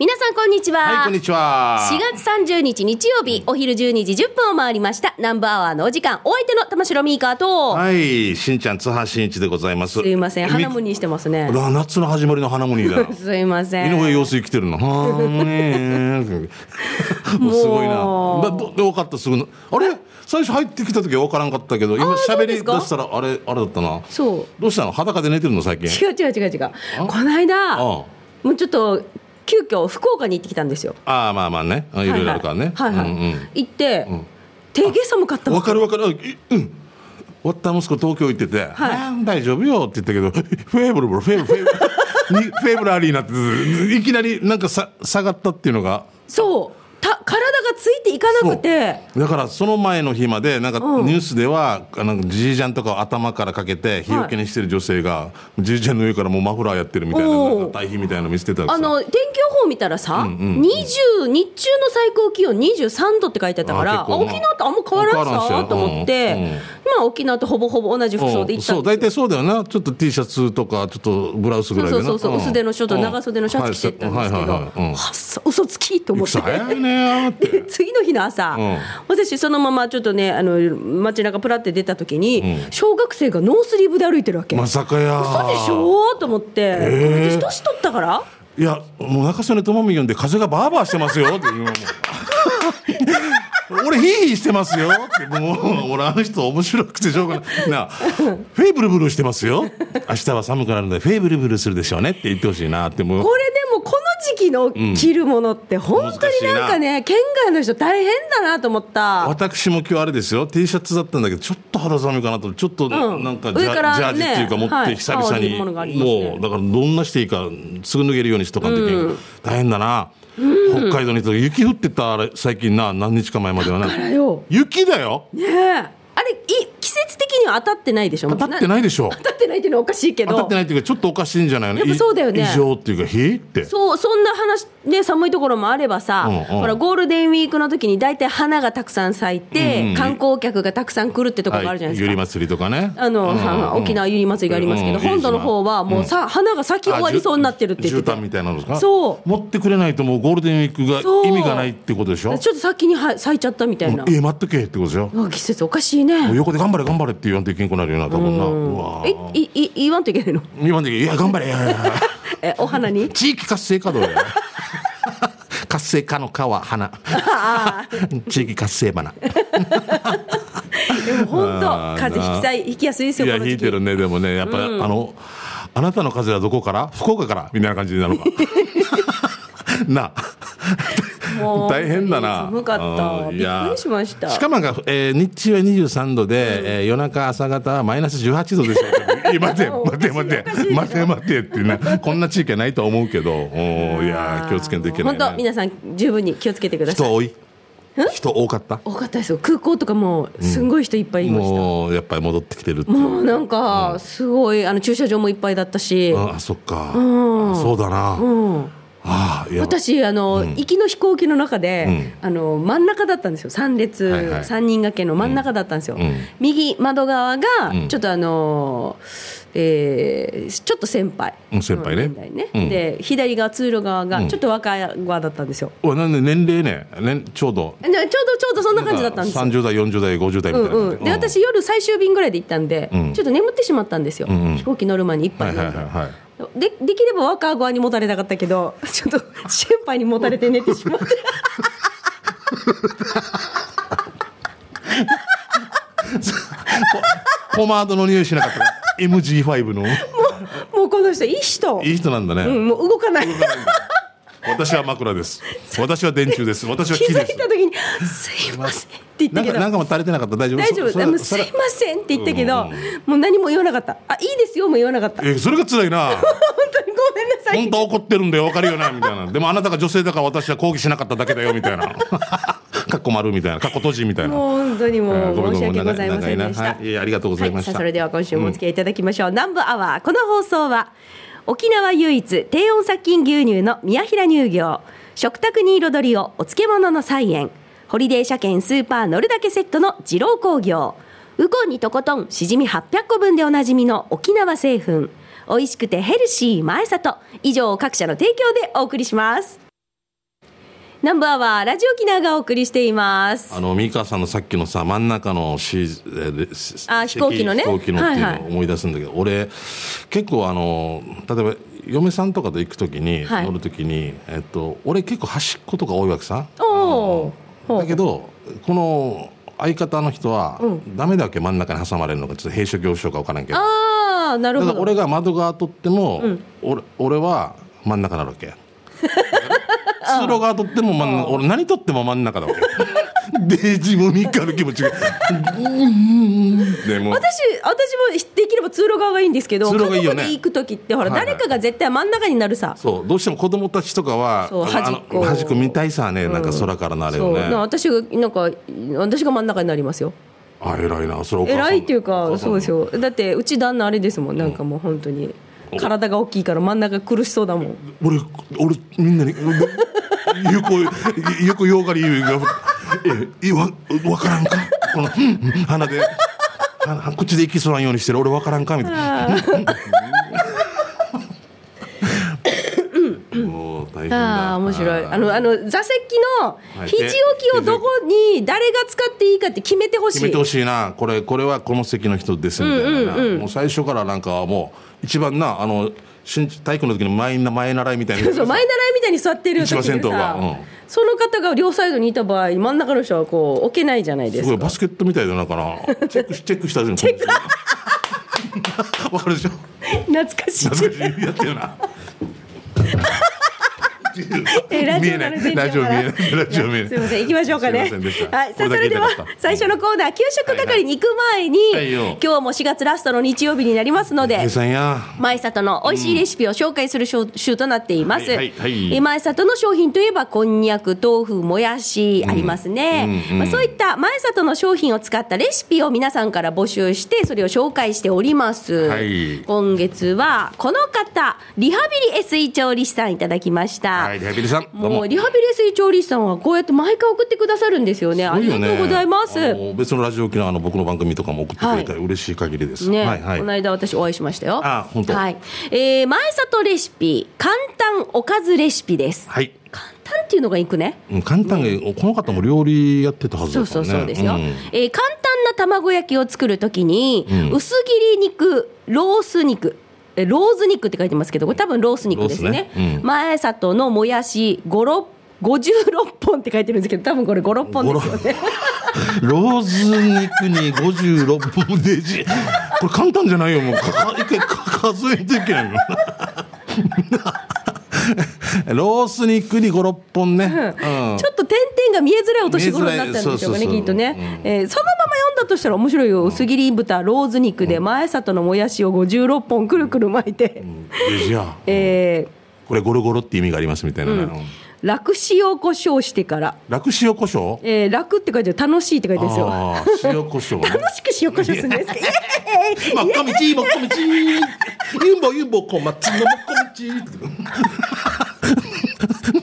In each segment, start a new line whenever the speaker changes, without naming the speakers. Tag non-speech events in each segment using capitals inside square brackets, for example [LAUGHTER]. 皆さんこんにちは。
はい、こんにちは。
4月30日日曜日、お昼12時10分を回りました。ナンバーワーのお時間、お相手の玉城ミーカーと、
はい、しんちゃん、津波しんいちでございます。
すいません、
み
花森にしてますね。。
な夏の始まりの花盛りだよ
すいませ
井
ん。
上陽水来てるの。はー
[LAUGHS]
ねーもうすごいな。
もう
まどで分かった、すぐの。あれ最初入ってきた時は分からんかったけど、今
あーそう
喋
で
り
すか
出したら、あれ、あれだったな。
そう。
どうしたの裸で寝てるの、最近。
違う違う違う違う。この間、
あ
もうちょっと、急遽福岡に行ってきたんですよ。
ああ、まあまあね。あいろいろあるからね。
はいはい。
うんうん
行って、手毛寒かった
わ
わ。
かるわかる。あいうん。終わった息子東京行ってて、あー大丈夫よって言ったけど、 [LAUGHS] フェーブルブル、フェーブル、フェー
[LAUGHS]
ブル、にフェーブラリーになって、いきなりなんかさ下がったっていうのが。
そう。た体がついていかな
そう
くて、
だからその前の日までなんか
うん
ニュースでは、あのじいちゃんとかを頭からかけて日よけにしてる女性が、じいちゃんの上からもうマフラーやってるみたいな
おー
なんか対比みたいなの見せてたんで
あ
すよ
の天気予報見たらさ、20日中の最高気温23度って書いてあったから、
あ
あ
結構
沖縄とあんま変わらん
変わらん
さ
っすよ
と思って、
うんうん
まあ沖縄とほぼほぼ同じ服装で行った
そ
ん
う
です
大体そうだよなちょっと T シャツとかちょっとブラウスぐらい
そ
で
う
な
そうそう、
ん
薄手のショート、
うん
長袖のシャツ着てったんですけど、
はいはいはいうん
はっさ嘘つきと思って
戦。早いねーって
で [LAUGHS] 次の日の朝、
うん
私、そのままちょっとね、あの街中プラって出た時に、小学生がノースリーブで歩いてるわけ、
まさかや
嘘でしょと思って、私、年取ったから
いやもう中曽根智美呼んで風がバーバーしてますよって今もう俺ヒーヒーしてますよってもう俺あの人面白くてしょうがないなあフェイブルブルしてますよ明日は寒くなるのでフェイブルブルするでしょうねって言ってほしいなってもう
これでもこの時期の着るものって本当になんかね、県外の人大変だなと思った。
私も今日あれですよ T シャツだったんだけどちょっと肌寒いかなとちょっと
うん
なんかジャ,、
上から
ジャージっていうか
ね
持って久々
はい羽織る
に、
ものがありますね
もうだからどんなしていいかすぐ脱げるようにしとかんといけんけど大変だな、北海道の人雪降ってたあれ最近な何日か前まではな
あらよ。
雪だよ
ねえ。あれ、い季節的には当たってないでしょ。
当たってないいでしょ
当たってないっていうのはおかしいけど。
当たってないっていうかちょっとおかしいんじゃないの
やっぱそうだよね
い異常っていうかひって
そうそんな話ね寒いところもあればさ、
うんうん
ほらゴールデンウィークの時に大体花がたくさん咲いて、
うんうん
観光客がたくさん来るってとこ
は
ろがあるじゃないです
ゆ
か、
り祭りとかね
あの、は沖縄ゆり祭りがありますけど、
うんうん
本土の方はもうさ、花が咲き終わりそうになってるって言って
た
て
絨毯みたいなのですか
そう
持ってくれないともうゴールデンウィークが
そう
意味がないってことでしょ
ちょっと先には咲いちゃったみたいな、
ええ待っとけってことでしょ
うわ季節おかしい
もう
ね
横で頑張れ頑張れって言わんといけんくなるよな多分なうわ
えいい言わんといけないの [LAUGHS]
言わんといけんいや頑張れいやいやい [LAUGHS] や
えお花
[LAUGHS]
に
地域活性化どうや活性化の化は花 [LAUGHS]
ああ
地域活性花
でも本
あ
当
ー
風邪ひきさい引きやすいです
い
よ
や
この
引い
時
て
期
るねでもねやっぱ、あのあなたの風邪はどこから福岡からみたいな感じになるのか [LAUGHS] な
も
あ
う
大変だな
寒かった
うん
びっくりしました
しかもなんか、えー日中は23度で、えー夜中朝方はマイナス18度でし
[LAUGHS]
ょういや待て
おか
待
しい
て待て
おかしいでしょ
待て待てってねこんな地域はないとは思うけどおーいやー気をつけんといけない、ね、
本当皆さん十分に気をつけてください
人多い人多かった
多かったですよ空港とかもすんごい人いっぱいいました、も
もうやっぱり戻ってきてるっていうう
なんかすごいあの駐車場もいっぱいだったし、
あそっか、
うん
あそうだな、
うん、
ああいや
私あの、行きの飛行機の中で、あの真ん中だったんですよ3列、
はいはい
3人掛けの真ん中だったんですよ、
ん
右窓側が
うん
ちょっとあの、えーちょっと先輩、
うん先輩ね
年代ね
うん
で左側通路側がちょっと若い側だったんですよ、
うわなんで年齢ね年ちょうど
でちょうどちょうどそんな感じだったんですよ
三十代四十代五十代みたいな
うん
感
う
じ
ん、で私夜最終便ぐらいで行ったんで、
うん
ちょっと眠ってしまったんですよ、
うんうん
飛行機乗る前に一杯
は
飲
い
ん
は
で、
いはいはい
でできれば若側にもたれたかったけどちょっと先輩にもたれて寝てしまって
ポマードの匂いしなかった MG5 の
もうこの人いい人
いい人なんだね、
うん、もう動かない [LAUGHS]
私は枕です私は電柱です私は
気
木
づ
で
い
す
た時に「すいません」って言っ
な
た
ん
け
か
ど
なんかも垂れてなかった大丈夫
大丈夫
それ
あもうす
そ
い
れ
ません」って言ったけど、
うんうん
もう何も言わなかった「あいいですよ」も言わなか [LAUGHS] った本
えそれが辛いな
当にごめんなさい
本当は怒ってるんだよ分かるよなみたいなでもあなたが女性だから私は抗議しなかっただけだよみた
[LAUGHS]
いなかっこ丸みたいなかっこ閉じみたいな
もう本当にも
えーごめ
うん申し
ごめん
訳ございません
長い
でした
長いなはいいやありがとうございました
はさあそれでは今週もお付き合いいただきましょう、南部アワーこの放送は沖縄唯一低温殺菌牛乳の宮平乳業食卓に彩りをお漬物の菜園ホリデー車検スーパー乗るだけセットの二郎工業ウコンにとことんしじみ800個分でおなじみの沖縄製粉美味しくてヘルシー前里以上各社の提供でお送りしますナンバーはラジオキナがお送りしています
あの美川さんのさっきのさ真ん中のシーでし
あ飛行機のね
飛行機のっていう
はいは
のを思い出すんだけど、俺結構あの例えば嫁さんとかと行く時に、
はい
乗る時に、えっと、俺結構端っことか多いわけさ
おおー
だけどこの相方の人は、ダメだわけ真ん中に挟まれるのがちょっと閉所行商か分からんけど
ああなる
だ
ほ
か
ど
ら俺が窓側取っても、俺俺は真ん中なわけ通路側取っても真ん中俺何取っても真ん中だわけで自分三日の気持ちがでもう
私私もできれば通路側がいいんですけど
通路がいいよ
家
ね
族で行く時ってほら、
はいはい
誰かが絶対真ん中になるさ
そうどうしても子供たちとかは
そう
あ
端
の
っこ
端っこ見たいさねなんか空からなれ
そ
よ
う
ね、
な私がなんか私が真ん中になりますよ
あ偉いなそれお母さん
偉いっていう
お
か
母さん
そうですよだってうち旦那あれですもんなんかもう本当に体が大きいから真ん中苦しそうだもん
俺俺みんなに俺よくよく洋がり言うがええわわからんかこのうんうん鼻で鼻口で息そらんようにしてる俺わからんかみたいなもう大変だ
ああ面白いあのあの座席の
はい
肘置きをどこに誰が使っていいかって決めてほし
決め
い
てほしいなこれこれはこの席の人ですみたいなな、もう最初からなんかもう一番なあの新体育の時の前な前習いみたいな
[LAUGHS] そう前習いみたいに座ってる
一番
時に
先頭が
さ、
うん
その方が両サイドにいた場合真ん中の人はこう置けないじゃないですす
ごい
か
バスケットみたいだなだからチェックしチェックしたじゃん
[LAUGHS]
わかるでしょ
懐かしい
懐かしいやってるな
えラ
見
ジ
え
オ
な
ない
ラジオ見えない [LAUGHS] ラジオ見えない
すみません行きましょうかね
すいませんでした
はいさあ
こ
それで
れだけ言い
は
たかった
最初のコーナー給食係に行く前に、
はいよ
今日も4月ラストの日曜日になりますので、
計算や
前里の美味しいレシピを紹介するショー週となっています、
はいはいはい
え前里の商品といえばこんにゃく豆腐もやしありますね、
うんうん
まあ、そういった前里の商品を使ったレシピを皆さんから募集してそれを紹介しております、
はい
今月はこの方リハビリエスイ調理師さんいただきました、
はいリハビリさんどう
も
も
うリハビリエスイ調理師さんはこうやって毎回送ってくださるんですよねあ
す
りが
よね
とうございます
あの別のラジオ機のあの僕の番組とかも送ってくれたら
は
嬉しい限りです、
ね、
はいはい
この間私お会いしましたよ。
あ本当
はい。えー、前里レシピ、簡単おかずレシピです。
はい
簡単っていうのがいくね。
うん簡単に、この方も料理やってたはず
そ
だ
う
から
そう
ね
そうですよ。
ん
えー簡単な卵焼きを作るときに、
うん
薄切り肉、ロース肉。えローズ肉って書いてますけど、これ多分ロース肉ですね
ロ。ースねうん
前里のもやし5、6、56本って書いてるんですけど、多分これ5、6本ですよね。
ローズ肉に56本
[LAUGHS]
デジこれ簡単じゃないよもうか一回か数えていけ
[LAUGHS]
ないのロース肉に56本ね、うん
ちょっと点々が見えづらいお年頃になったんでしょうか
見えづらいそうそう
ね、
そう
きっとね。えーそのまま読んだとしたら面白いよ。薄切り豚、ローズ肉で前里のもやしを56本くるくる巻いて、
デジや
え
これゴロゴロって意味がありますみたいな、うん
ー楽塩胡椒してから、
楽塩コショウ
えー楽って書いてある楽しいって書いてあるんですよ。
あー塩コショウね
楽しく塩胡椒するんですか [LAUGHS] イエーイ
マッカミチマッカミチユンボユンボコマッチのマッカミ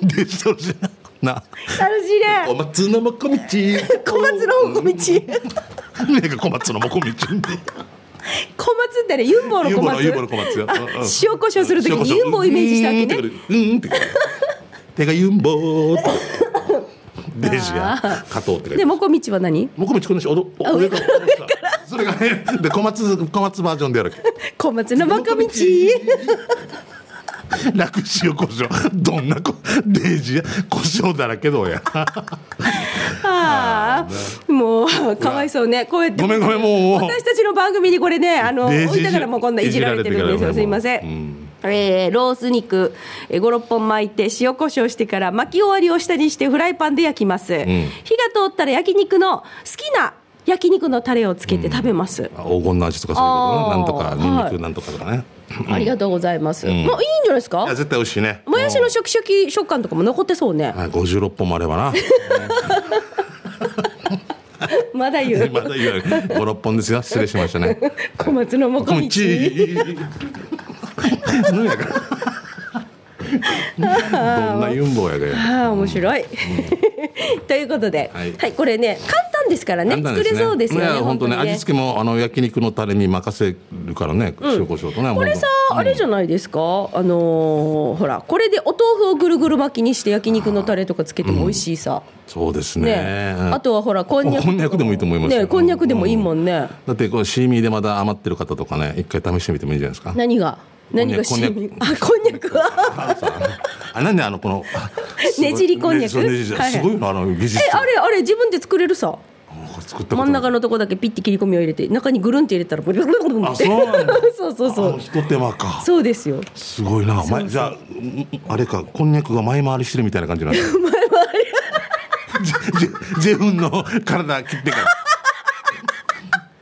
チデジタルじゃんな
楽しい
お
ね。
松のもこみち
小松の小道。
目が小松のもこみち
小松ってね、ユンボの
ユー
小
ボの
松。
ユーボの小松ようんうん
塩胡椒するときにユンボをイメージしたわけね
うーんってくるうんってくる手がユンボーってデジが加藤って書い
で、
て
もこみちは何
もこみちこの人おどお上からそれがねで小松小松バージョンでやるわけ
小松のバカ道。
[LAUGHS] 楽塩胡椒どんなこデジや胡椒だらけどや
ああ、もう、かわいそうね。こうやって。
ごめんごめんもうもう
私たちの番組にこれね、あの、
デジ
置いたからもうこんないじられてるんですよ。
いじられてからもう
すいません。
うん
えーロース肉、えー、56本巻いて塩コショウしてから巻き終わりを下にしてフライパンで焼きます、火が通ったら焼肉の好きな焼肉のタレをつけて食べます、
黄金の味とかそういう
あー
ことななんとかニンニ
は
ク
い
なんとかとかね
ありがとうございます、もういいんじゃないですか
いや絶対美味しいね
もやしのショキショキ食感とかも残ってそうね
はい、56本もあればな
[LAUGHS] まだ言う
まだ言わない56本ですよ失礼しましたね
小松のも
こ
こ
ん
み
ち
ち
ー何やからどんなユンボやで。
ああ面白い。 [LAUGHS] ということで、は
はいい、
これね簡単ですからね
簡単
作れそうですよね。
いや本当ね
本当にね
味付けもあの焼肉のタレに任せるからね、塩コショウとね。
これさ、あれじゃないですか。あのーほらこれでお豆腐をぐるぐる巻きにして焼肉のタレとかつけても美味しいさ。
そうです
ね
ね。うん
あとはほらこんにゃく
こんにゃくでもいいと思いますよ
ねこんにゃくでもいいもんね。
だってこうシーミーでまだ余ってる方とかね一回試してみてもいいんじゃないですか。
何が何が
こん
し
にゃ
あ
く
こんに
[LAUGHS]
ゃくは
あのさあなんであの
[LAUGHS]
このすごい
ねじりこんにゃく
ねそうねじり
はい
すごいなあの技術。
えあれあれ自分で作れるさ。
これ作ったこと
真
ない
ん中のとこだけピッて切り込みを入れて中にぐるんって入れたらブルブルブルブル
あ
っ
そ
て。
うなんだ。
[LAUGHS] そうそうそ
あの
う。
ひと手間か。
そうですよ。
すごいな。前じゃあうんあれかこんにゃくが前回りしてるみたいな感じなんだ。 [LAUGHS] 前回り。ジェジェフンの体切ってから。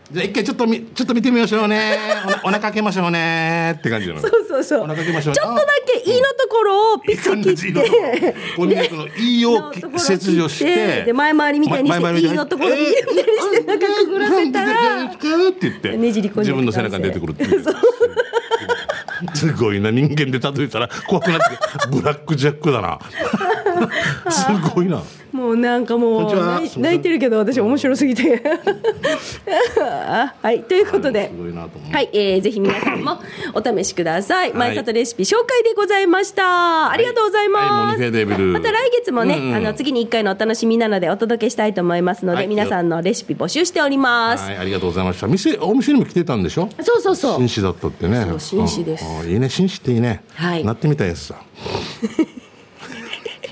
じゃあ一回ちょっとみちょっと見てみましょうね。おお腹開けましょうねって感じなの。
そうそうそう。
お腹開けまし
ちょ
ょ
っ
う
とだけいのところをピ
いかん
ッて切
なじ
っ
いのところ
て。
こんにゃくのいいを
で
切除して
で前回りみたいにして
ま前回り
い
みた
いのところに入れたりして
えー
中くぐらせたら
えーって言って
ねじりこんに
自
ゃく
分の背中に出てくるっていうすごいな人間で例えたら怖くなってくるブラックジャックだなすごいな
もうなんかも
こんにち
う
は
泣い泣いてるけど私面白すぎて [LAUGHS] あはいということです
ごいなと思う
はい、えー、ぜひ皆さんもお試しください。
はい
前里レシピ紹介でございました。ありがとうござい
はい
ま
モ
す。
ニフェデビル
また来月もね、
うんうん
あの次に1回のお楽しみなのでお届けしたいと思いますので、
はい
皆さんのレシピ募集しております。
はいありがとうございました店お店にも来てたんでしょ
そうそうそう
紳。士だったってね
そう紳士です
ああいいね紳士っていいね、
はい
なってみたいやつ
[LAUGHS]
さ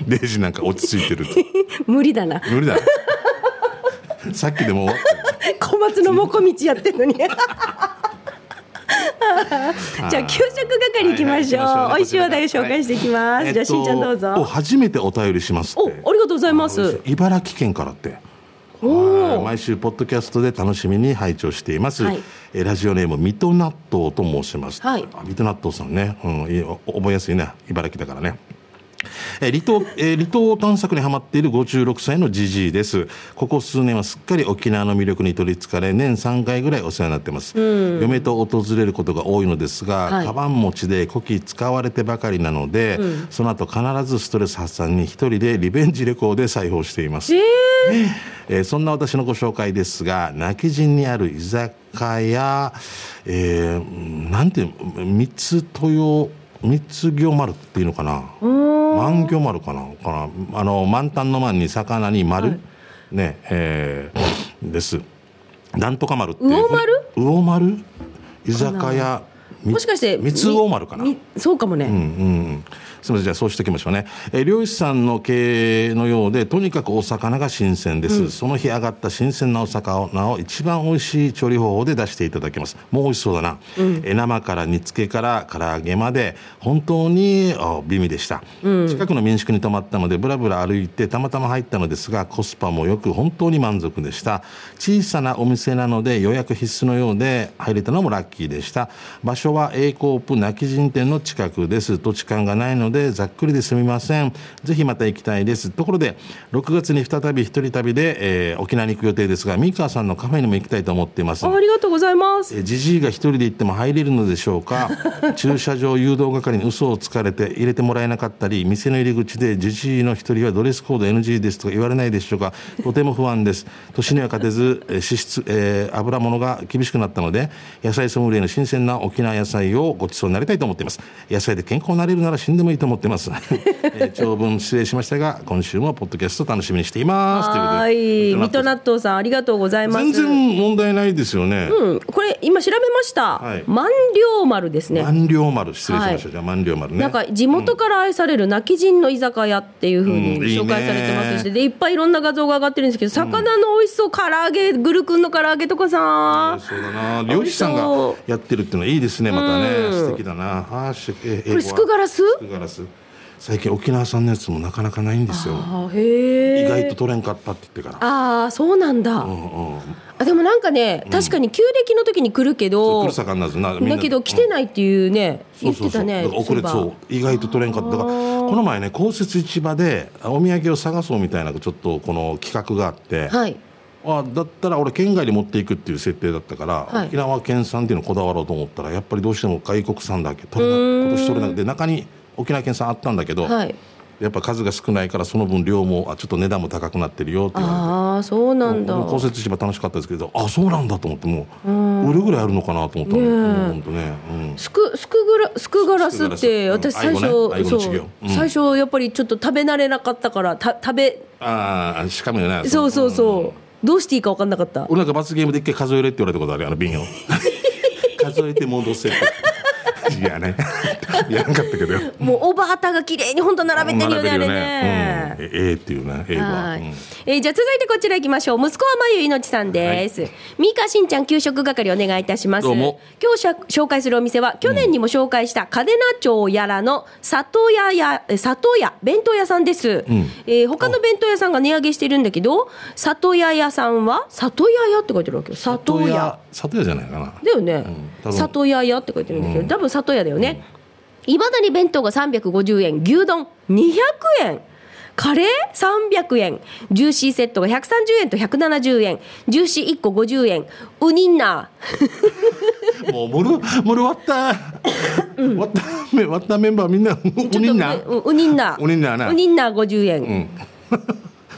レイジなんか落ち着いてると
無理だな。
無理だよさっきでも
小松のもこみちやってんの
[LAUGHS]
に。じゃあ給食係行きましょう。
はいは
美味
い行きましょうね
しい話題を紹介していきます。
えっ
じゃ
と
あしんちゃんどう
お
ぞ。
初めてお便りします
お、あ
って
りがとうございます。
茨城県からってはい毎週ポッドキャストで楽しみに拝聴しています、
はい
えーラジオネーム水戸納豆と申します、
はい
あ水戸納豆さんね、うんいい、お覚えやすいね茨城だからねえー離島、えー離島探索にハマっている56歳のじじいです。ここ数年はすっかり沖縄の魅力に取りつかれ、年3回ぐらいお世話になってます。嫁と訪れることが多いのですが、
はい
カバン持ちでこき使われてばかりなので、その後必ずストレス発散に一人でリベンジ旅行で裁縫しています。えーそんな私のご紹介ですが泣き陣にある居酒屋、えーなんていう三つ豊三つ行丸っていうのかな満行丸かなかなあの満タンの満に魚に丸、ねえーですなんとか丸っていう
魚丸
魚丸居酒屋み
もしかして
三つ魚丸かな
みそうかもね。
うんうんうんすみませんじゃあそうしておきましょうね、えー漁師さんの経営のようでとにかくお魚が新鮮です、その日上がった新鮮なお魚を一番美味しい調理方法で出していただきますもう美味しそうだな、えー生から煮付けから唐揚げまで本当にあ美味でした、近くの民宿に泊まったのでブラブラ歩いてたまたま入ったのですがコスパも良く本当に満足でした小さなお店なので予約必須のようで入れたのもラッキーでした場所は A コープ泣き人店の近くです土地勘がないのでざっくりですみませんぜひまた行きたいですところで6月に再び一人旅で、えー沖縄に行く予定ですが三川さんのカフェにも行きたいと思っています
あありがとうございます。
えジジイが一人で行っても入れるのでしょう
[LAUGHS]
か駐車場誘導係に嘘をつかれて入れてもらえなかったり店の入り口でジジイの一人はドレスコード NG ですとか言われないでしょうかとても不安です年には勝てずえ脂質、えー油物が厳しくなったので野菜ソムリエの新鮮な沖縄野菜をごちそうになりたいと思っています野菜で健康になれるなら死んでもいいと思っ
[LAUGHS]
てます、えー長文失礼しましたが今週もポッドキャスト楽しみにしていますということ
は
で
い、水戸
水戸納
納豆さんありがとうございます。
豆全然問題ないですよね、
うん、これ今調べました。
はい
万両丸ですね。
万両丸失礼しまし
は
た、じゃあ万両丸ね
なんか地元から愛される泣き人の居酒屋っていうふうに
うんいいね
紹介されてますし、でいっぱいいろんな画像が上がってるんですけど魚の美味しそう唐揚げグルクンの唐揚げとかさ、
そうだな漁師さんがやってるっていうのはいいですねまたね素敵だなあーしえ
これスクガラス
スクガラス最近沖縄産のやつもなかなかないんですよ
あ
意
へえ
外と取れんかったって言ってから
ああそうなんだ、
うんうん
あでもなんかね確かに旧暦の時に来るけど、
来る魚なんですなみんな
だけど来てないっていうね、
そ
言
うそ
っ
う
て
そ
た
う
ね
だから遅れ
ば
そう意外と取れんかっただからこの前ね公設市場であお土産を探そうみたいなちょっとこの企画があって
はい
あだったら俺県外に持っていくっていう設定だったから、
はい
沖縄県産っていうのこだわろうと思ったらやっぱりどうしても外国産だけ取れな今年取れなくて中に沖縄県産あったんだけど、
はい
やっぱ数が少ないからその分量もあちょっと値段も高くなってるよって言われて
ああそうなんだ
もう骨折市場楽しかったですけどあそうなんだと思ってもう売るぐらいあるのかなと思った
ね
の、
え
うんほんとね、うん
スクスクグラスクガラスっ
スク
て
ガラス
私
うん
最初、
アイゴねアイゴ
そ
の
う
授業うん
最初やっぱりちょっと食べ慣れなかったからた食べ
ああしかもよね
そうそうそう、
ん
どうしていいか分かんなかった
俺なんか罰ゲームで一回数えれって言われたことあるよあの
[LAUGHS]
瓶を数えて戻せっていやね [LAUGHS] やらんかったけどよ
もうオーバータが綺麗に本当並べてるよねあれね、
並べてるよねうんええっていうね英語は、
はい
うん
えーじゃあ続いてこちら行きましょう息子はまゆいのちさんです、ミーカーしんちゃん給食係お願いいたします
どうも
今日しゃ紹介するお店は去年にも紹介した嘉手納町やらの里屋やえ里屋弁当屋さんです、
ん
えー他の弁当屋さんが値上げしてるんだけど里屋屋さんは里屋屋って書いてるわけよ里
里
屋
屋里屋じゃないかな
だよね、
多分
里屋屋って書いてるんだけど、多分里屋だよねいま、未だに弁当が350円牛丼200円カレー300円ジューシーセットが130円と170円ジューシー1個50円ウニンナ
もう、もる、もる割った。割った、め、割ったメンバーみんな、
ー
おにんな
ちょっ。とうんウニンナー
[LAUGHS] ウニンナーな
ウニンナー50円、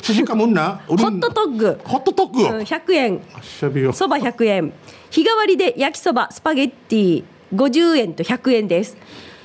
寿司かもんな。ホ
ホットドッグ
ホットドッグ
うん
よ。
100円
あっしゃびよ。
そば100円日替わりで焼きそばスパゲッティ50円と100円です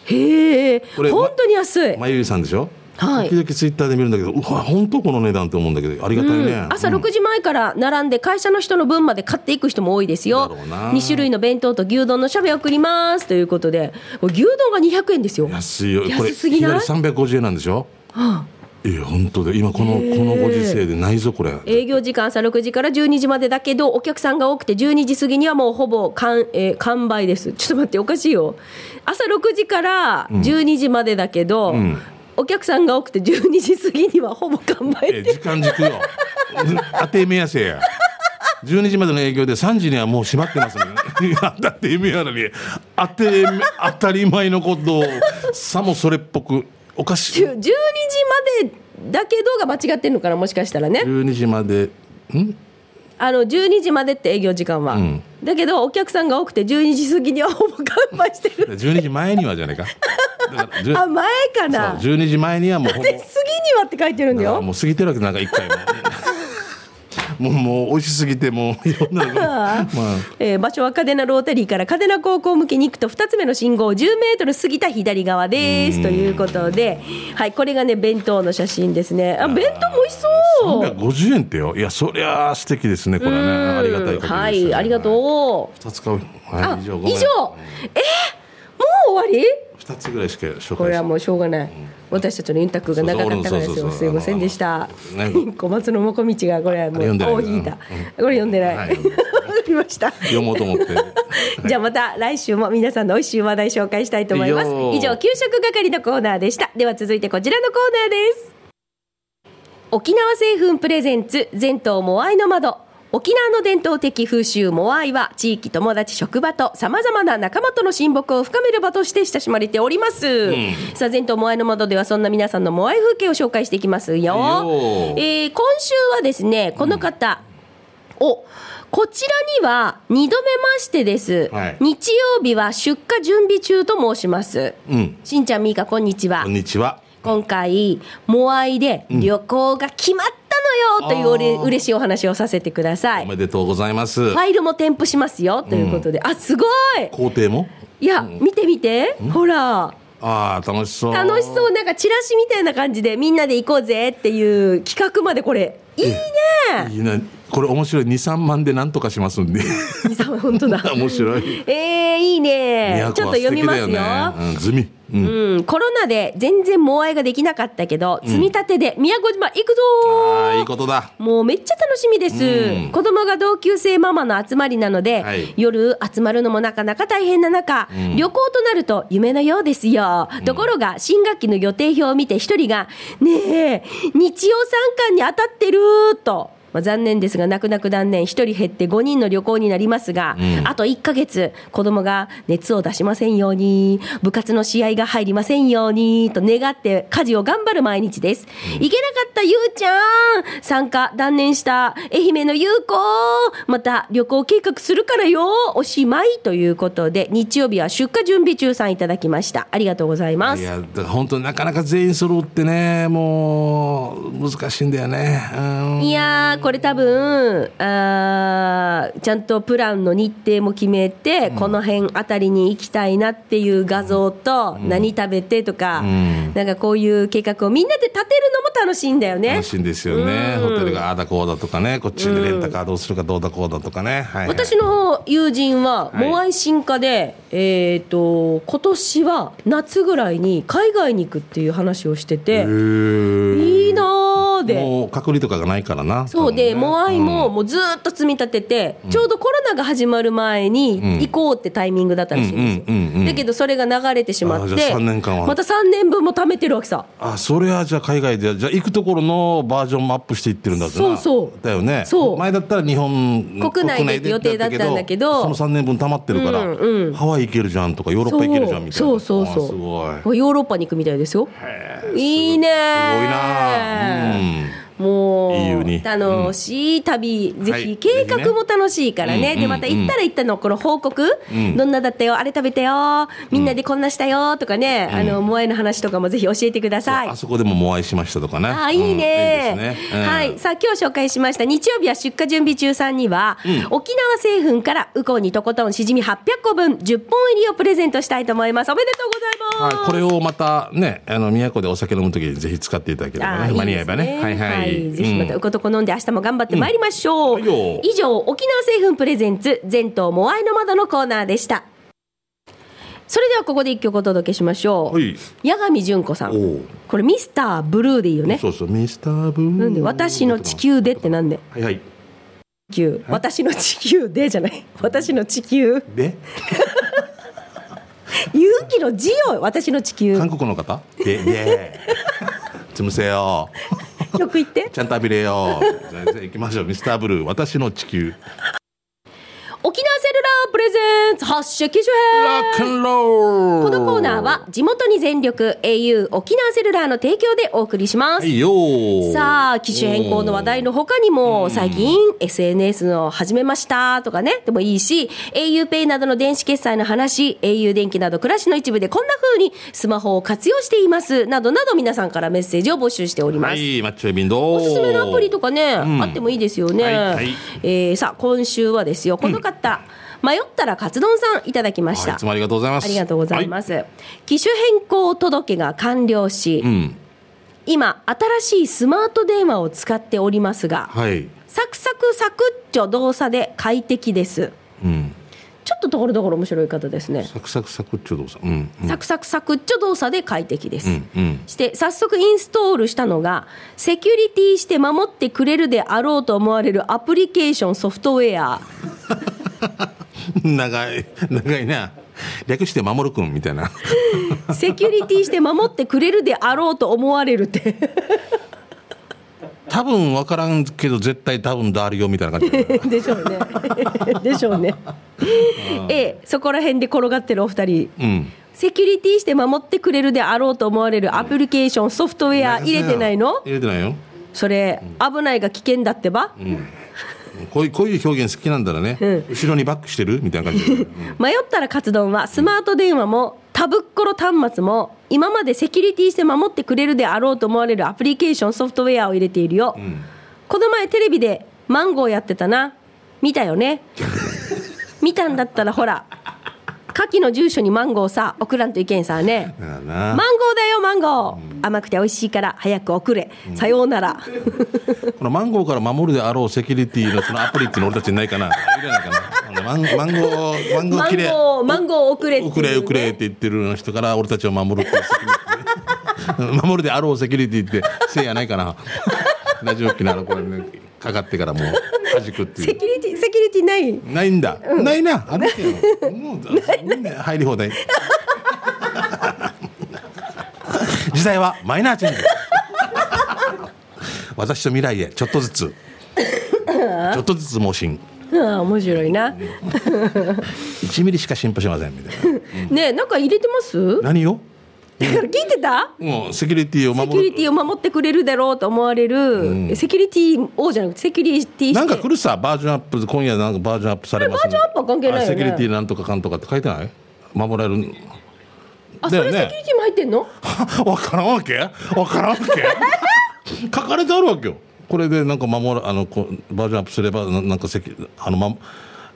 へえ
これ
本当に安い
まゆりさんでしょ
はい
時々ツイッターで見るんだけど、うわ、本当この値段って思うんだけど、ありがたいね。
朝6時前から並んで会社の人の分まで買っていく人も多いですよ
だろうな
2種類の弁当と牛丼のしゃべ送りますということで牛丼が200円ですよ
安いよ。これ、
安すぎない
三百五十円なんでしょ
はあ
え、本当で、今この、このご時世でないぞ、これ。
営業時間朝6時から12時までだけどお客さんが多くて12時過ぎにはもうほぼ完,、えー完売ですちょっと待っておかしいよ朝6時から12時までだけど、
ん
お客さんが多くて12時過ぎにはほぼ完売
え、時間
[LAUGHS]
軸よ。うん当て目やせや。12時までの営業で3時にはもう閉まってますね。
[LAUGHS]
いやだって意味あるに当てめ当たり前のことをさもそれっぽくおかしい
12時までだけどが間違ってんのかなもしかしたらね
12時までん
あの12時までって営業時間は、
ん
だけどお客さんが多くて12時過ぎにはほぼ完売して
[LAUGHS]
る
12時前にはじゃないかだからじゅ
あ前か
そう
な
12時前にはもうほぼ
で次にはって書いてるんだ
だから
よ
もう過ぎてるわけなんか一
[LAUGHS]
回ももうもう美味しすぎてもういろんなの
[LAUGHS]
がまあ
えー場所は嘉手納ロータリーから嘉手納高校向けに行くと2つ目の信号10メートル過ぎた左側ですということで、はい、これがね弁当の写真ですねあ弁当も美味しそう
350円ってよいやそりゃあ素敵ですねこれはねありがたい限りですね
はいありがとう
二つ買う。は
あ
い、以
以
上
上
ごめん。
えーもう終わり
二つぐらいしか紹介し
これはもうしょうがない、私たちのユンタクが長かったからです
そうそう
よ
そう
すいませんでした
あのあ
[LAUGHS]
の
小松のもこみちがこれはもう
あれ読んでない
大引いた、これ読んでない、
はい
[LAUGHS] わかりま
[LAUGHS]
した
読もうと思って。
[LAUGHS] じゃあまた来週も皆さんの美味しい話題紹介したいと思います
いいよ
以上給食係のコーナーでしたでは続いてこちらのコーナーです沖縄製粉プレゼンツ全島モアイの窓沖縄の伝統的風習モアイは地域友達職場とさまざまな仲間との親睦を深める場として親しまれております、さあ全島モアイの窓ではそんな皆さんのモアイ風景を紹介していきますよ
いいよ
えー今週はですねこの方、おこちらには2度目ましてです、
はい
日曜日は出荷準備中と申します、
うん。
しんちゃんみーかこんにちは
こんにちは。
今回モアイで旅行が決まったのよというおれ
あー
嬉しいお話をさせてくださ
お
い
めでとうございます。
ファイルも添付しますよということで、あすごい
工程も。
いや、見て見てほら
ああ、楽しそう。
楽しそうなんかチラシみたいな感じでみんなで行こうぜっていう企画までこれいいね
いいな。これ面白い。二三万でなんとかしますんで。 [LAUGHS]
兄さんは本当だ
面白い。
えー、いいね
宮
ちょ
古
っ
は
と読みますよ
素敵だね。うん、ズミ。うん。
うん、コロナで全然モアイができなかったけど、積み立てで宮古島行くぞ
ああ、
ー
いいことだ。
もうめっちゃ楽しみです、
うん
子供が同級生ママの集まりなので、
はい
夜集まるのもなかなか大変な中、
ん
旅行となると夢のようですよ、ところが新学期の予定表を見て一人が「ねえ日曜参観に当たってる」とまあ、残念ですが泣く泣く断念1人減って5人の旅行になりますが、
うん
あと1ヶ月子供が熱を出しませんように部活の試合が入りませんようにと願って家事を頑張る毎日です、いけなかったゆうちゃん参加断念した愛媛のゆう子また旅行計画するからよおしまいということで日曜日は出荷準備中さんいただきましたありがとうございま
い
す
やだから本当になかなか全員揃うってねもう難しいんだよねうん
いやーこれ多分あーちゃんとプランの日程も決めて、この辺あたりに行きたいなっていう画像と、何食べてとか、
ん
なんかこういう計画をみんなで立てるのも楽しいんだよね
楽。しいんですよねホテルがああだこうだとかねこっちでレンタカーどうするかどうだこうだとかね、はいはい
私の友人は
はい
モアイ進化で、えっ、と今年は夏ぐらいに海外に行くっていう話をしてて、いいなーで
もう隔離とかがないからな
そうで、モアイも
うん
もうずーっと積み立てて、ちょうどコロナが始まる前に
ん
行こうってタイミングだったらしいん
うんうん
です
うんう
よ。
ん
だけどそれが流れてしまっ
あーじゃ
て、
あ三年間は
また3年分も貯めてるわけさ。
あそれはじゃあ海外でじゃあ行くところのバージョンもアップしていってるんだってな
そうそう
だよね
そう
前だったら日本
国内で行く予定だったんだけど
その3年分溜まってるから、
うんうん
ハワイ行けるじゃんとかヨーロッパ行けるじゃんみたいな
そうそうそう
あすごい
そう。ヨーロッパに行くみたいですよ。いいね
すごい
ー。
なうん
もう
いいように
楽しい旅、ぜ
は
ひ
い
計画も楽しいからね、
ぜひね
で
うん
また行ったら行ったのこの報告、
ん
どんなだったよあれ食べたよみんなでこんなしたよとかね、あのモアイの話とかもぜひ教えてください
あ。そこでももうお会いしましたとかね
あーいいね,、
うんいいですねうん
はいさあ今日紹介しました日曜日は出荷準備中さんには、沖縄製粉からウコンにとことんしじみ800個分10本入りをプレゼントしたいと思いますおめでとうございます、
はい、これをまたね、あの宮古でお酒飲むときにぜひ使っていただければ
あー
ね、
いいです
間に合えばね。はいはい。
ぜひまた
う
うんことこ飲んで明日も頑張ってまいりましょう、
うんはいよ
以上沖縄製粉プレゼンツ全島モアイの窓のコーナーでしたそれではここで一曲お届けしましょう、
はい
八神純子さ
お
ん
う
これミスターブルーでいいよね
そうそう、ミスターブー
なんで私の地。球でってなんで
はいはい。
地球私の地球でじゃない私の地球
で、
勇気の字よ私の地球
韓国の方で、で、 [LAUGHS] つむせよ。
曲言って
ちゃんと浴びれよ。じゃあじゃあ行きましょう、ミスターブルー、私の地球。
沖縄セルラープレゼンツ発射機種編
ロックンロー
こ
ル
のコーナーは地元に全力 au 沖縄セルラーの提供でお送りしま
は
す。
いよー
さあ、機種変更の話題の他にも、最近 SNS の始めましたとかね、でもいいし、auPay などの電子決済の話、au 電気など暮らしの一部でこんな風にスマホを活用しています、などなど皆さんからメッセージを募集しております
は。い、マッチョエビンド
おすすめのアプリと
か
かね、
ん
あってもいいですよね。
はいはい
えーさあ、今週はですよ、この方、迷ったらカツ丼さんいただきました
いつ。もありがとうございます、
ありがとうございますす。機種変更届が完了し、
はいうん
今、新しいスマート電話を使っておりますが、
はい
サクサクサクっちょ動作で快適です。
うん
ちょっとところどころ面白い方ですね。
サクサクサクっちょどうさうんうん
サクサクサクっちょ動作で快適です。
うんうん
して早速インストールしたのがセキュリティして守ってくれるであろうと思われるアプリケーションソフトウェ
[LAUGHS]
ア
長い長いな略して守るくんみ
[LAUGHS]
たいな
セキュリティして守ってくれるであろうと思われるって [LAUGHS]
多分分からんけど絶対多分だるよみたいな感
[LAUGHS]
じだね
でしょうね。
[LAUGHS]
でしょうね。ええ、そこら辺で転がってるお二人。
うん
セキュリティして守ってくれるであろうと思われるアプリケーション、ソフトウェア入れてないの
入れてないよ、
それ、危ないが危険だってば、
こういうこういう表現好きなんだらね、後ろにバックしてるみたいな感じ
[LAUGHS]
だね、
迷ったらカツ丼はスマート電話もタブッコロ端末も今までセキュリティして守ってくれるであろうと思われるアプリケーションソフトウェアを入れているよ、この前テレビでマンゴーやってたな見たよね見たんだったらほら下記の住所にマンゴーさ送らんといけんさね
だから
マンゴ
な
ーだよマンゴー、甘くて美味しいから早く送れ、さようなら
このマンゴーから守るであろうセキュリティのそのアプリっていうの俺たちにないかな入れないかなあのマンマンゴーマンゴ
マ
ー
ン
きれい
ゴーマンゴー送れっていうね
遅れ遅れって言ってる人から俺たちを守るっ
[LAUGHS]
ていうセキュリティ守るであろうセキュリティってせいやないかなラジオ機ならこれ、ね、かかってからもう弾くってい
セ
う
キュリティセキュリティない
ないんだ、ないなあるけ
[LAUGHS]
どもうみんな入り放題 [LAUGHS] 時代はマイナーチェンジ私と未来へちょっとずつちょっとずつ盲信
うん面白いな
1ミリしか進歩しませんみたいな
ねえなんか入れてますだか
何を
ら [LAUGHS] 聞いてた
もうセキュリティを
セキュ
守
リテ
る
ィを守ってくれるだろうと思われる、セキュリティ王じゃなくてセキュリティして
なんか来るさバージョンアップ今夜なんかバージョンアップされます
あれバージョンアップは関係ないよね
あセキュリティなんとかかんとかって書いてない守られる
あそれセキュリティも入ってん
[LAUGHS]
の、
わからんわけわからんわけ書かれてあるわけよこれでなんか守るあのこうバージョンアップすればななんかせきあの、ま、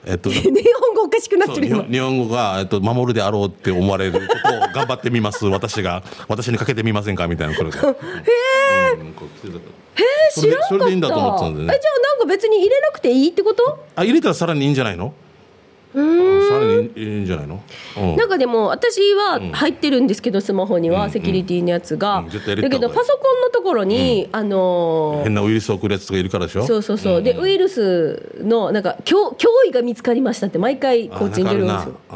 えっと
日本語おかしくなっ
そ
て
う
る
日
今
本日本語が、えっと、守るであろうって思われることを頑張ってみます私が私にかけてみませんかみたいなこれ
[LAUGHS]
がへえ、うん、こう来てたか
え
ら
ー
それ
知ら
で
んかった
それでいいんだと思ってたんだよね
えじゃあなんか別に入れなくていいってこと
あ入れたらさらにいいんじゃないのうんさらにいいいいんじゃないの、うん、
なんかでも私は入ってるんですけどスマホにはセキュリティのやつが、
うん絶対入れ
だ
た
け
方がいい
どパソコンのところに、あのー
変なウイルスを送るやつとかいるからでしょ
そうそうそう、でウイルスのなんか脅脅威が見つかりましたって毎回
あ
こっちに
なんかあ
出る
る
ん
な
ですよ
あ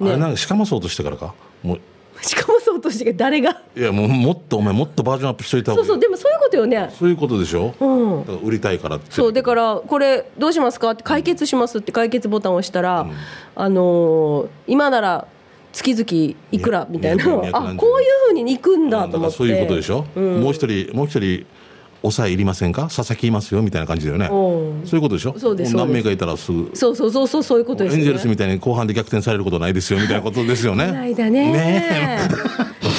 あ、
ね
あれなんかしかもそうとしてからかもう
しかもそうとして誰が
いやもうもっとお前もっとバージョンアップしといた方
そ
が
う
いい
そうでもそういうことよね
そういうことでしょ、
うん
だから売りたいからって [LAUGHS]
そうだからこれどうしますかって解決しますって解決ボタンを押したら、あのー今なら月々いくらみたいな
200 270
あこういうふうにいくんだ
だ
と
か
思
ら
って
そういうことでしょ、もう一人もう一人抑えいりませんか佐々木いますよみたいな感じだよね
うん
そういうことでしょ
そうですそう
何
です
名かいたらすぐ
そうそうそうそうそういうことです
エンジェルス
ね
みたいに後半で逆転されることないですよみたいなことですよ
[LAUGHS]
ね
ないだね
ね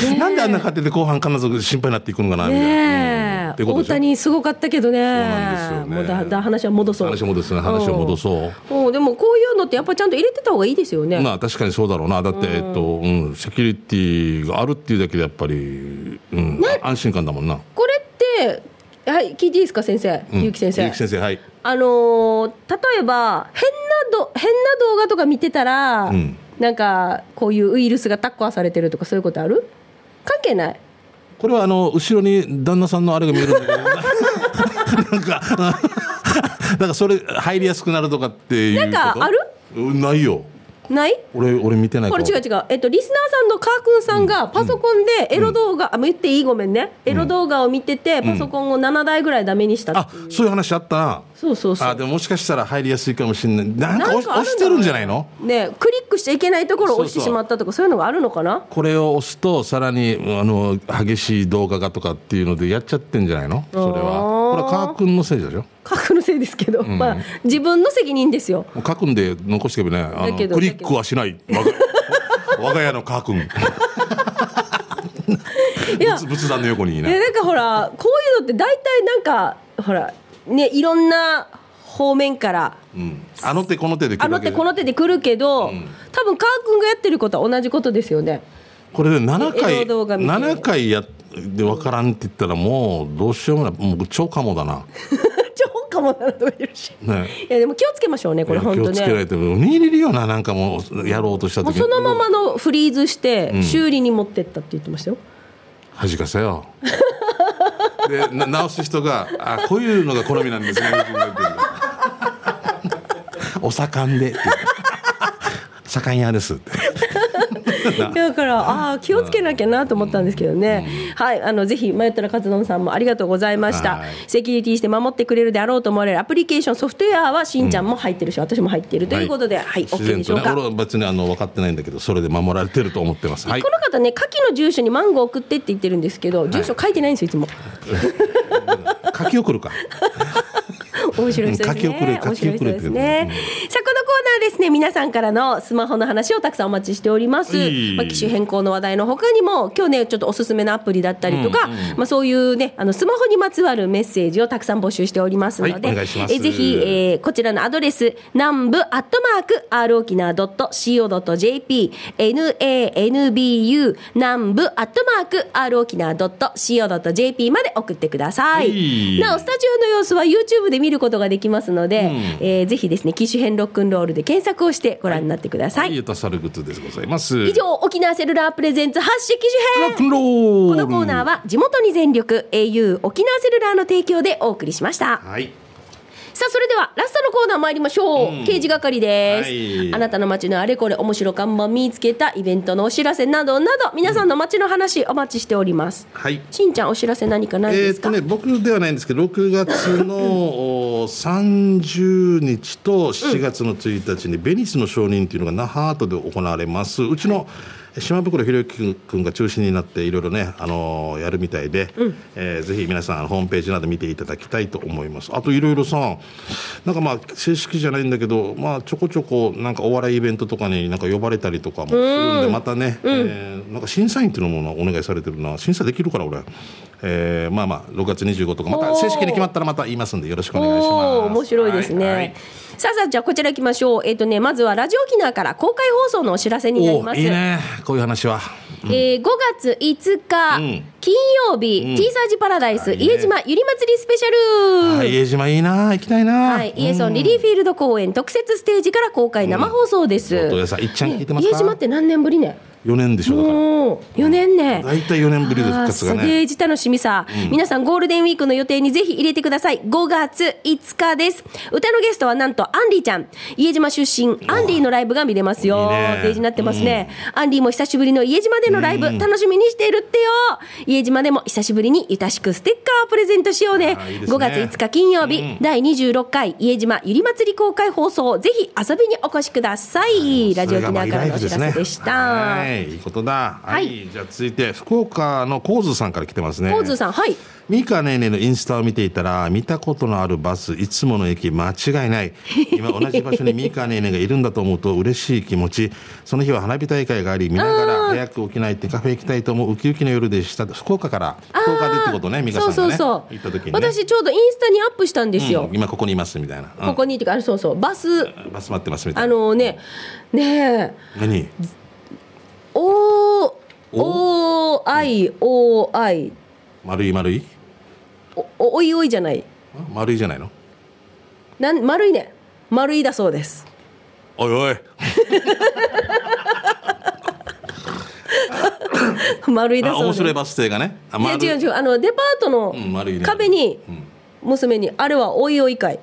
えなんであんな勝手で後半必ず心配になっていくのかなみたいな、うん
ね
[LAUGHS] って
え
こと
大
でしょ
谷すごかったけどね
なんですよね
もうだだ話は戻そう
話を戻すね話を戻そう、
うんうんでもこういうのってやっぱちゃんと入れてた方がいいですよね、
まあ確かにそうだろうなだって、えっとうん、セキュリティがあるっていうだけでやっぱり、うん安心感だもんな
これってはい聞いていいですか先生、
うん
結城先生
結城先生はい
あのー例えば変など変な動画とか見てたら、
うん
なんかこういうウイルスがタッコアされてるとかそういうことある関係ない
これはあの後ろに旦那さんのあれが見えるんだけど [LAUGHS] なん [LAUGHS] かなんかそれ入りやすくなるとかっていうこと
なんかある
うんないよ
ない
俺俺見てない
こ
か
れ
ら
違う違う、えっと、リスナーさんのカーくんさんがパソコンでエロ動画、あもう言っていいごめんねエロ動画を見ててパソコンを7台ぐらいダメにした、
あそういう話あったな
そうそうそう
あでももしかしたら入りやすいかもしれないなん
な
か
んかある
押
ん
し
だろうね
押してるんじゃないの
ねクリックしちゃいけないところを押して
そうそ
し
う
まったとかそういうのがあるのかな
これを押すとさらにあの激しい動画がとかっていうのでやっちゃってんじゃないのそれはこれは川君のせいでしょ
カーくんのせいですけど、まあ自分の責任ですよ
もう書くんで残してけばねあ
だ
の
けど
クリックはしない我
[LAUGHS]
が我が家の川君
いや
仏仏壇の横にいない
えなんかほらこういうのって大体なんかほらねいろんな方面から
うんあの手この手で来
あ
る
の
わけ
手この手で来るけど、多分川君がやってることは同じことですよね [LAUGHS]
これで7
エロ
回
動画見て
7回やで分からんって言ったらもうどうしようもないもう超かもだな
超かもなとか言うし
ね
いやでも気をつけましょうねこれ
いや
本
気
当
をつけられ
ね
ても握れるよななんかもうやろうとした
もう
時
そのままのフリーズして修理に持ってったって言ってましたよ、
恥かせよでな直す人が「あこういうのが好みなんですね」お盛んで」って「盛ん屋です」って
だからああ気をつけなきゃなと思ったんですけどね、はいあのぜひ迷ったらカツ丼さんもありがとうございました
はい
セキュリティして守ってくれるであろうと思われるアプリケーションソフトウェアはしんちゃんも入ってるし、私も入っているということではい、
自
OK で
然
しょ
と
う
ね
か、
俺は別にあの分かってないんだけどそれで守られてると思ってますはい
この方ね下記の住所にマンゴー送ってって言ってるんですけど住所書いてないんですよいつも
書き送るか
面白い人ですね
書き送
面
れ
白い人
書き送れっ
で
てい
す
うの
ね、さあこのコーナーですね皆さんからのスマホの話をたくさんお待ちしております、
いい
まあ、機種変更の話題の他にも今日ねちょっとおすすめのアプリだったりとか、まあ、そういうねあのスマホにまつわるメッセージをたくさん募集しておりますので、
はいお願いします
えぜひ、えーこちらのアドレス南部アットマーク r 沖縄 .co.jp nanbu 南部アットマーク r 沖縄 .co.jp まで送ってください、
はい
なおスタジオの様子は YouTube で見ることができますので、えーぜひですね機種変ロックンロールで検索をしてご覧になってください、
はいゆたさるグッズでございます
以上沖縄セルラープレゼンツ発式機種編
ロックンロ
こ
ール
のコーナーは地元に全力 au 沖縄セルラーの提供でお送りしました
はい
さあそれではラストのコーナー参りましょう、
うん
刑事係です、
はい
あなたの街のあれこれ面白看板見つけたイベントのお知らせなどなど皆さんの街の話お待ちしております、
はい
しんちゃんお知らせ何かない
え
で
ーっ
すか、
とね、僕ではないんですけど6月のお30日と7月の1日にベニスの承認というのが那覇アートで行われますうちの島袋宏之君が中心になっていろいろね、あのーやるみたいで、えーぜひ皆さんあのホームページなど見ていただきたいと思いますあといろいろさなんかまあ正式じゃないんだけど、まあ、ちょこちょこなんかお笑いイベントとかになんか呼ばれたりとかもするんでまたね、えーなんか審査員っていうのもなお願いされてるな審査できるから俺、えーまあまあ6月25とかまた
おー
正式に決まったらまた言いますんでよろしくお願いします
おおー面白いですね、
ははい
さあさあじゃあこちら行きましょうえっ、とねまずはラジオ沖縄から公開放送のお知らせになり
お
ま
ー
す
いいねこういう話は
えー5月5日、
うん
金曜日、T サージパラダイス、
あいいね
家島ゆり祭りスペシャル、
あー家島いいな行きたいな
はい、イエソンリリーフィールド公演特設ステージから公開生放送です。
お父さんいっちゃん聞いてます
家島
か
って何年ぶりね。
4年でしょだから
もう四年ね。
大体4年ぶりで復活が
あーすげ
ね
え時楽しみさ、皆さんゴールデンウィークの予定にぜひ入れてください5月5日です歌のゲストはなんとアンリーちゃん家島出身アンリーのライブが見れますよ
いいね
ページになってますね、アンリーも久しぶりの家島でのライブ、楽しみにしているってよ家島でも久しぶりにゆたしくステッカーをプレゼントしようね
あーいいですね
5月5日金曜日、
うん
第26回家島ゆり祭り公開放送ぜひ遊びにお越しくださいラジオ沖縄からのお知らせでした、
はいいいことだは
はい
い、じゃあ続いて福岡のコーズさんから来てますね
ポーズさんはい
ミカネーネのインスタを見ていたら見たことのあるバスいつもの駅間違いない今同じ場所にミカネーネがいるんだと思うと嬉しい気持ちその日は花火大会があり見ながら早く起きないってカフェ行きたいと思うウキウキの夜でした福岡から福岡でってことねミカさんがね
そうそうそう
行った時に、ね、
私ちょうどインスタにアップしたんですよ、
うん今ここにいますみたいな、うん
ここにというかあれそうそうバス
バス待ってますみた
あ
いな
のねねえ
何
O O I O I
丸い丸い
おおおいおいじゃない
あ丸いじゃないの
なん丸いね丸いだそうです
おいおい
丸いだ
あ
そう
面
です
白いバス停がねあ丸
いや違う違うあのデパートの
うん丸いね
壁に
うん
娘にあれはおいおい会っ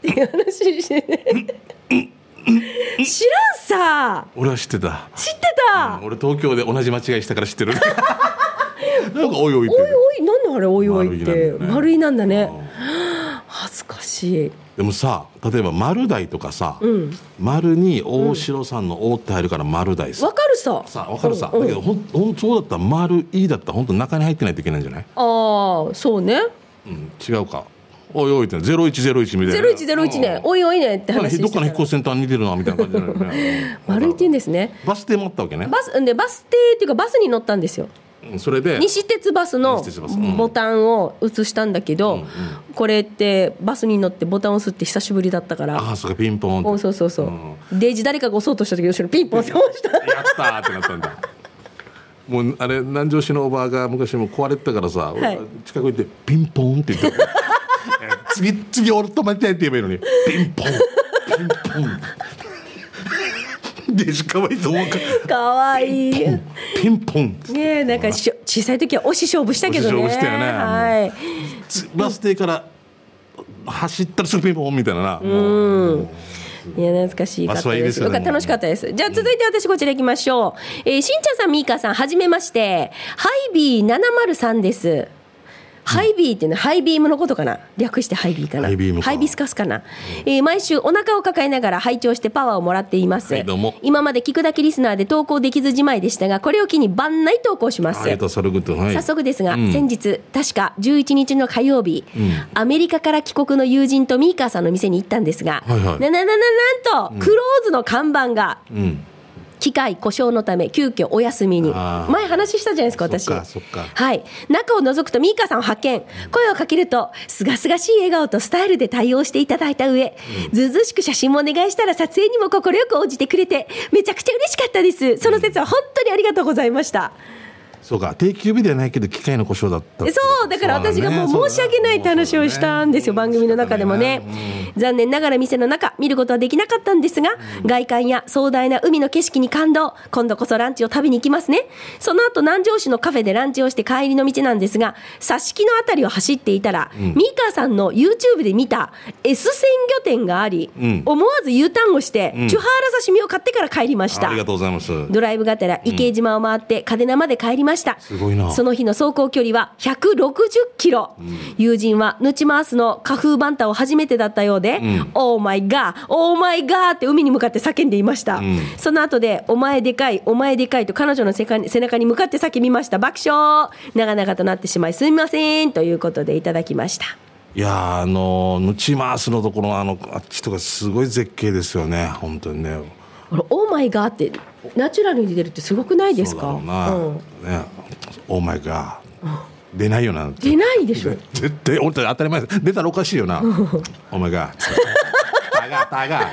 ていう話して知らんさ
俺は知ってた
知ってた
俺東京で同じ間違いしたから知っ
[LAUGHS]
てるなんかおいおいって
おいおいなんであれおいおいって丸
丸
いなんだね
うん
恥ずかしい
でもさ例えば丸大とかさ、
うん
丸に大城さんの「大」って入るから丸大さ、
わかるさ
さわかるさ、
うんうん
だけどほんほんそうだったら丸「い」だったら本当中に入ってないといけないんじゃない、
ああそうね
うん、違うか「おいおい」って「0101」みたいな
0101ねおいおいねって
うん
話して
どっかの引っ越
し
しセンターに似てるなみたいな感じだよね
丸いって言うんですね
バス停もあったわけね
バスんでバス停っていうかバスに乗ったんですよ
うんそれで
西鉄バスの
西鉄バスうん
ボタンを押したんだけど、
うんうん
これってバスに乗ってボタンを押すって久しぶりだったから
ああそうかピンポンって
おうそうそうそう、デイジ誰かが押そうとした時後ろにピンポンって押した
やったーってなったんだ。もうあれ南城市のおばあが昔もう壊れてたからさ、
い
近く行ってピンポンって
[LAUGHS]
言ってたえ次次俺止まりたいって言えばいいのにピンポンピンポンでしかわいいと思う [LAUGHS] か
かわいいね
ピンポン
えなんかしょ小さい時は押し勝負したけどね
押し勝負したよね
はい
つバス停から走ったらすぐピンポンみたいなな、
いや懐かしいかった
まあそういい
で
ですすよね
よかった楽しかったですじゃあ続いて私こちら行きましょう、えーしんちゃんさんみーかさんはじめましてハイビー703ですハイビーってね、ハイビームのことかな略してハイビーかな
ハイビームか
スカスかな、えー毎週お腹を抱えながら拝聴してパワーをもらっています、
はいどうも
今まで聞くだけリスナーで投稿できずじまいでしたがこれを機に番内投稿します
ありがとうそれぐとはい
早速ですが、
うん
先日確か11日の火曜日、アメリカから帰国の友人とミーカーさんの店に行ったんですが、
はいはい
なななななんと、クローズの看板が
うん
機械故障のため急遽お休みに
あー
前話したじゃないですか私
そっかそっか
はい中を覗くとミーカーさんを発見声をかけるとすがすがしい笑顔とスタイルで対応していただいた上ずうずうしく写真もお願いしたら撮影にも快く応じてくれてめちゃくちゃ嬉しかったですその説は本当にありがとうございました
そうか定休日ではないけど機械の故障だったってこと
そうだから私がもう申し訳ないって話をしたんですよ、
そうだ
番
ね
組の中でもね、残念ながら店の中見ることはできなかったんですが、外観や壮大な海の景色に感動今度こそランチを食べに行きますねその後南城市のカフェでランチをして帰りの道なんですが挿し木の辺りを走っていたら、ミーカーさんの YouTube で見た S 鮮魚店があり、
うん
思わず U ターンをして、チュハーラ刺身を買ってから帰りました
ありがとうございます
ドライブがてら池江島を回って嘉手納まで帰りました、
すごいな
その日の走行距離は160キロ、友人はヌチマースの花風バンタを初めてだったようで
ん
「オーマイガーオーマイガー」って海に向かって叫んでいました、
ん
その後で「お前でかいお前でかい」と彼女の背中に背中に向かって叫びました爆笑長々となってしまいすみませんということでいただきました
いやーあのーぬちまーすのところのあのあっちとかすごい絶景ですよね本当にね
これオーマイガー」ってナチュラルに出るってすごくないです
そう
か
だろうな、
うん
ねオーマイガー出ないよな
出ないでしょ
絶対俺たち当たり前です出たらおかし
[LAUGHS]
いよな「お前が」「たがたが」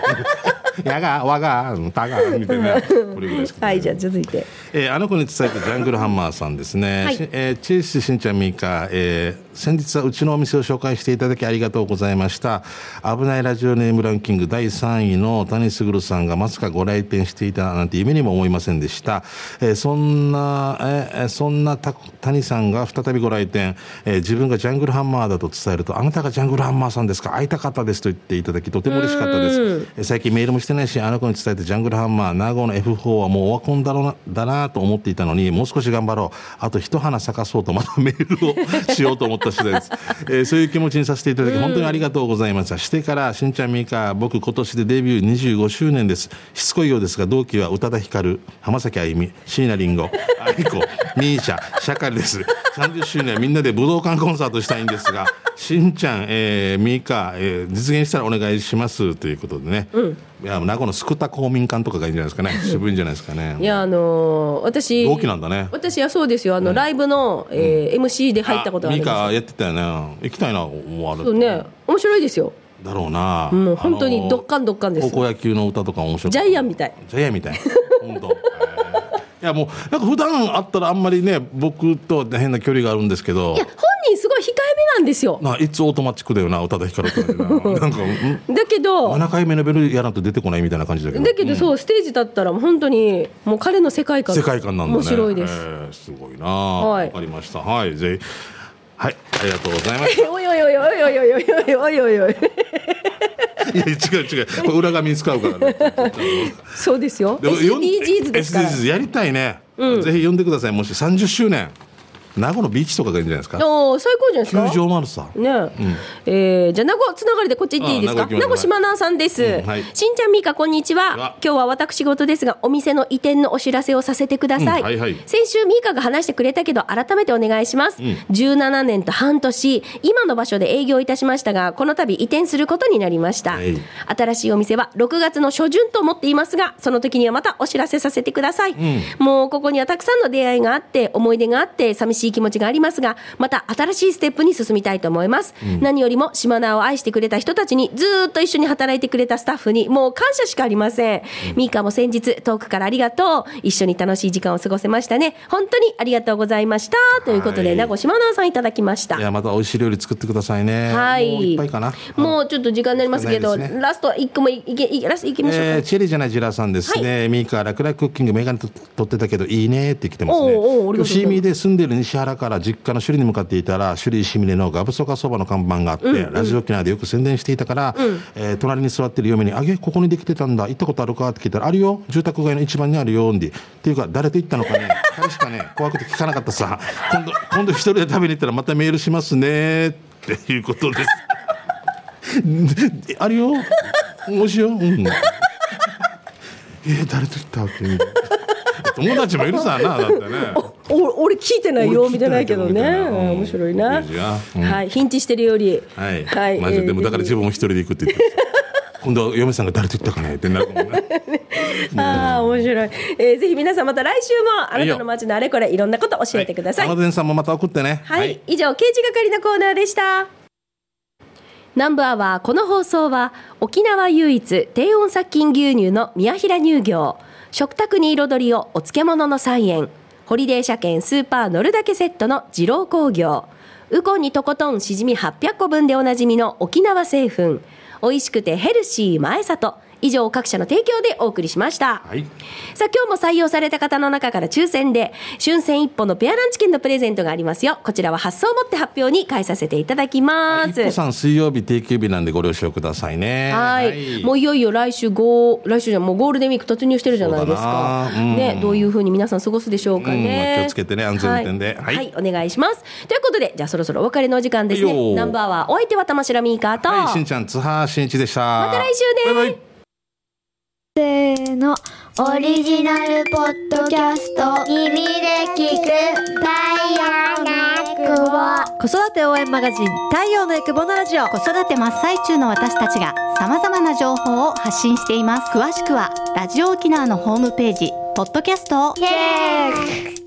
「やがわが」「たが」みたいなこれぐらいですけど
はいじゃあ続いて
えーあの子に伝えてジャングルハンマーさんですね、
はい
しえーチェイスしんちゃんみーか、えー先日はうちのお店を紹介していただきありがとうございました危ないラジオネームランキング第3位の谷卓さんがまさかご来店していたなんて夢にも思いませんでした、えーそんな、えーえーそんなた谷さんが再びご来店、えー自分がジャングルハンマーだと伝えるとあなたがジャングルハンマーさんですか会いたかったですと言っていただきとても嬉しかったですえー最近メールもしてないしあの子に伝えてジャングルハンマー名護の F4 はもうオワコンだろうなだなと思っていたのにもう少し頑張ろうあと一花咲かそうとまたメールをしようと思った次第です、 [LAUGHS] えーそういう気持ちにさせていただき本当にありがとうございましたしてからしんちゃんみーか僕今年でデビュー25周年ですしつこいようですが同期は宇多田ヒカル浜崎あゆみ椎名林檎
[LAUGHS]
愛子ミーシャシャカリです30周年はみんなで武道館コンサートしたいんですがしんちゃん、えー、ミーカ、えー実現したらお願いしますということでね、いや名護のスクタ公民館とかがいいんじゃないですかね
[LAUGHS]
渋いんじゃないですかね
いやあのー私
同期なんだね
私はそうですよあの、ライブの、えー MC で入ったことがあ
ミ
るん
ー
です
カ
よ
やってたよね行きたいな思われ
そうね面白いですよ
だろうな
もう本当にどっかんどっかんです
高校野球の歌とか面白い
ジャイアンみたい
ジャイアンみたい本当えーいやもうなんか普段会ったらあんまりね僕とは変な距離があるんですけど
いや本人すごい控えめなんですよ
ないつオートマチックだよな宇多田ヒカル
[LAUGHS]
とかでななんかうん
だけど
7回目のベルやらんと出てこないみたいな感じだけど
だけどそう、ステージだったらもう本当にもう彼の世界観
世界観なんだね
面白いです、
えーすごいなわ、
はい
かりましたはいぜひはいありがとうございます
[LAUGHS] おいおいおいおいおいおいおいおいおいおい
いや違う違うこれ裏紙に使うからね
そうですよ
でも読ん
SDGs ですから
SDGs やりたいね、ぜひ読んでくださいもし30周年名護のビーチとかがいいんじゃないですか
おお最高じゃないですか
球場もあるさ
ねえーじゃあ名護つながりでこっち行っていいですか
あ名護行きましょ
名護島
う
南さんです、
うんはい
しんちゃんみーかこんにち
う
は
わ
今日は私事ですがお店の移転のお知らせをさせてください、
うんはいはい
先週みーかが話してくれたけど改めてお願いします、17年と半年今の場所で営業いたしましたがこの度移転することになりました、
はい
新しいお店は6月の初旬と思っていますがその時にはまたお知らせさせてください、もうここにはたくさんの出会いがあって思い出があって寂しい気持ちがありますがまた新しいステップに進みたいと思います、何よりも島名を愛してくれた人たちにずーっと一緒に働いてくれたスタッフにもう感謝しかありません、ミーカも先日遠くからありがとう一緒に楽しい時間を過ごせましたね本当にありがとうございましたということで、
はい
名護島名さんいただきました
いやまた美味しい料理作ってくださいね
はい
もういっぱいかな
もうちょっと時間になりますけど、
少ないですね
ラスト一個もいいけいラストいきましょうか、
えーチェリーじゃないジラさんですね、ミーカ楽々クッキングメガネと撮ってたけどいいねって来てますね
おうおうありがとうございます
シーミーで住んでる西原から実家の首里に向かっていたら首里シミレのガブソカそばの看板があって、ラジオ沖縄でよく宣伝していたから、えー隣に座ってる嫁に「あげここにできてたんだ行ったことあるか?」って聞いたら「あるよ住宅街の一番にあるよ」んでっていうか誰と行った
[LAUGHS]
のかね彼しかね怖くて聞かなかったさ今度今度一人で食べに行ったらまたメールしますねっていうこ
[LAUGHS]
とですあるよおいしいようんえー、誰と行ったってみたいな [LAUGHS] 友達もいるさなだってね
お俺聞いてないよみたいないけどね
俺聞いてないけどみたいなうん
面白いな、
いいじゃんうん
はいヒンチしてるより
はい、マジででもだから自
分
分も一人で行くって言っ
[LAUGHS]
てる今度は嫁さんが誰と行ったかねってなるかもね
ああ面白い、えーぜひ皆さんまた来週もあない
い
た
よ
の街のあれこれいろんなこと教えてください
は、
はいい、
アマデンさんもまた送ってね
以上刑事係のコーナーでした南部アワーこの放送は沖縄唯一低温殺菌牛乳の宮平乳業食卓に彩りをお漬物の菜園ホリデー車検スーパー乗るだけセットの二郎工業ウコンにとことんしじみ800個分でおなじみの沖縄製粉美味しくてヘルシー前里以上各社の提供でお送りしました、
はい
さあ今日も採用された方の中から抽選で春戦一歩のペアランチ券のプレゼントがありますよこちらは発送をもって発表に返させていただきます
一歩さん水曜日定休日なんでご了承くださいね
はい、もういよいよ来週ゴー来週じゃもうゴールデンウィーク突入してるじゃないですか、
そうだなうん
ねどういうふうに皆さん過ごすでしょうかね、
うんまあ気をつけてね安全運転で
はい、
はい
はいお願いしますということでじゃあそろそろお別れのお時間です
はいよ
ね
ー
ナンバーはお相手は玉城ミーカーと、
はいしんちゃん津波しんいちでしたま
また来週ね
バイバイ
せーのオリジナルポッドキャスト耳で聞く太陽のくを
子育て応援マガジン太陽のエクボのラジオ
子育て真っ最中の私たちが様々な情報を発信しています詳しくはラジオ沖縄のホームページポッドキャストを
チェック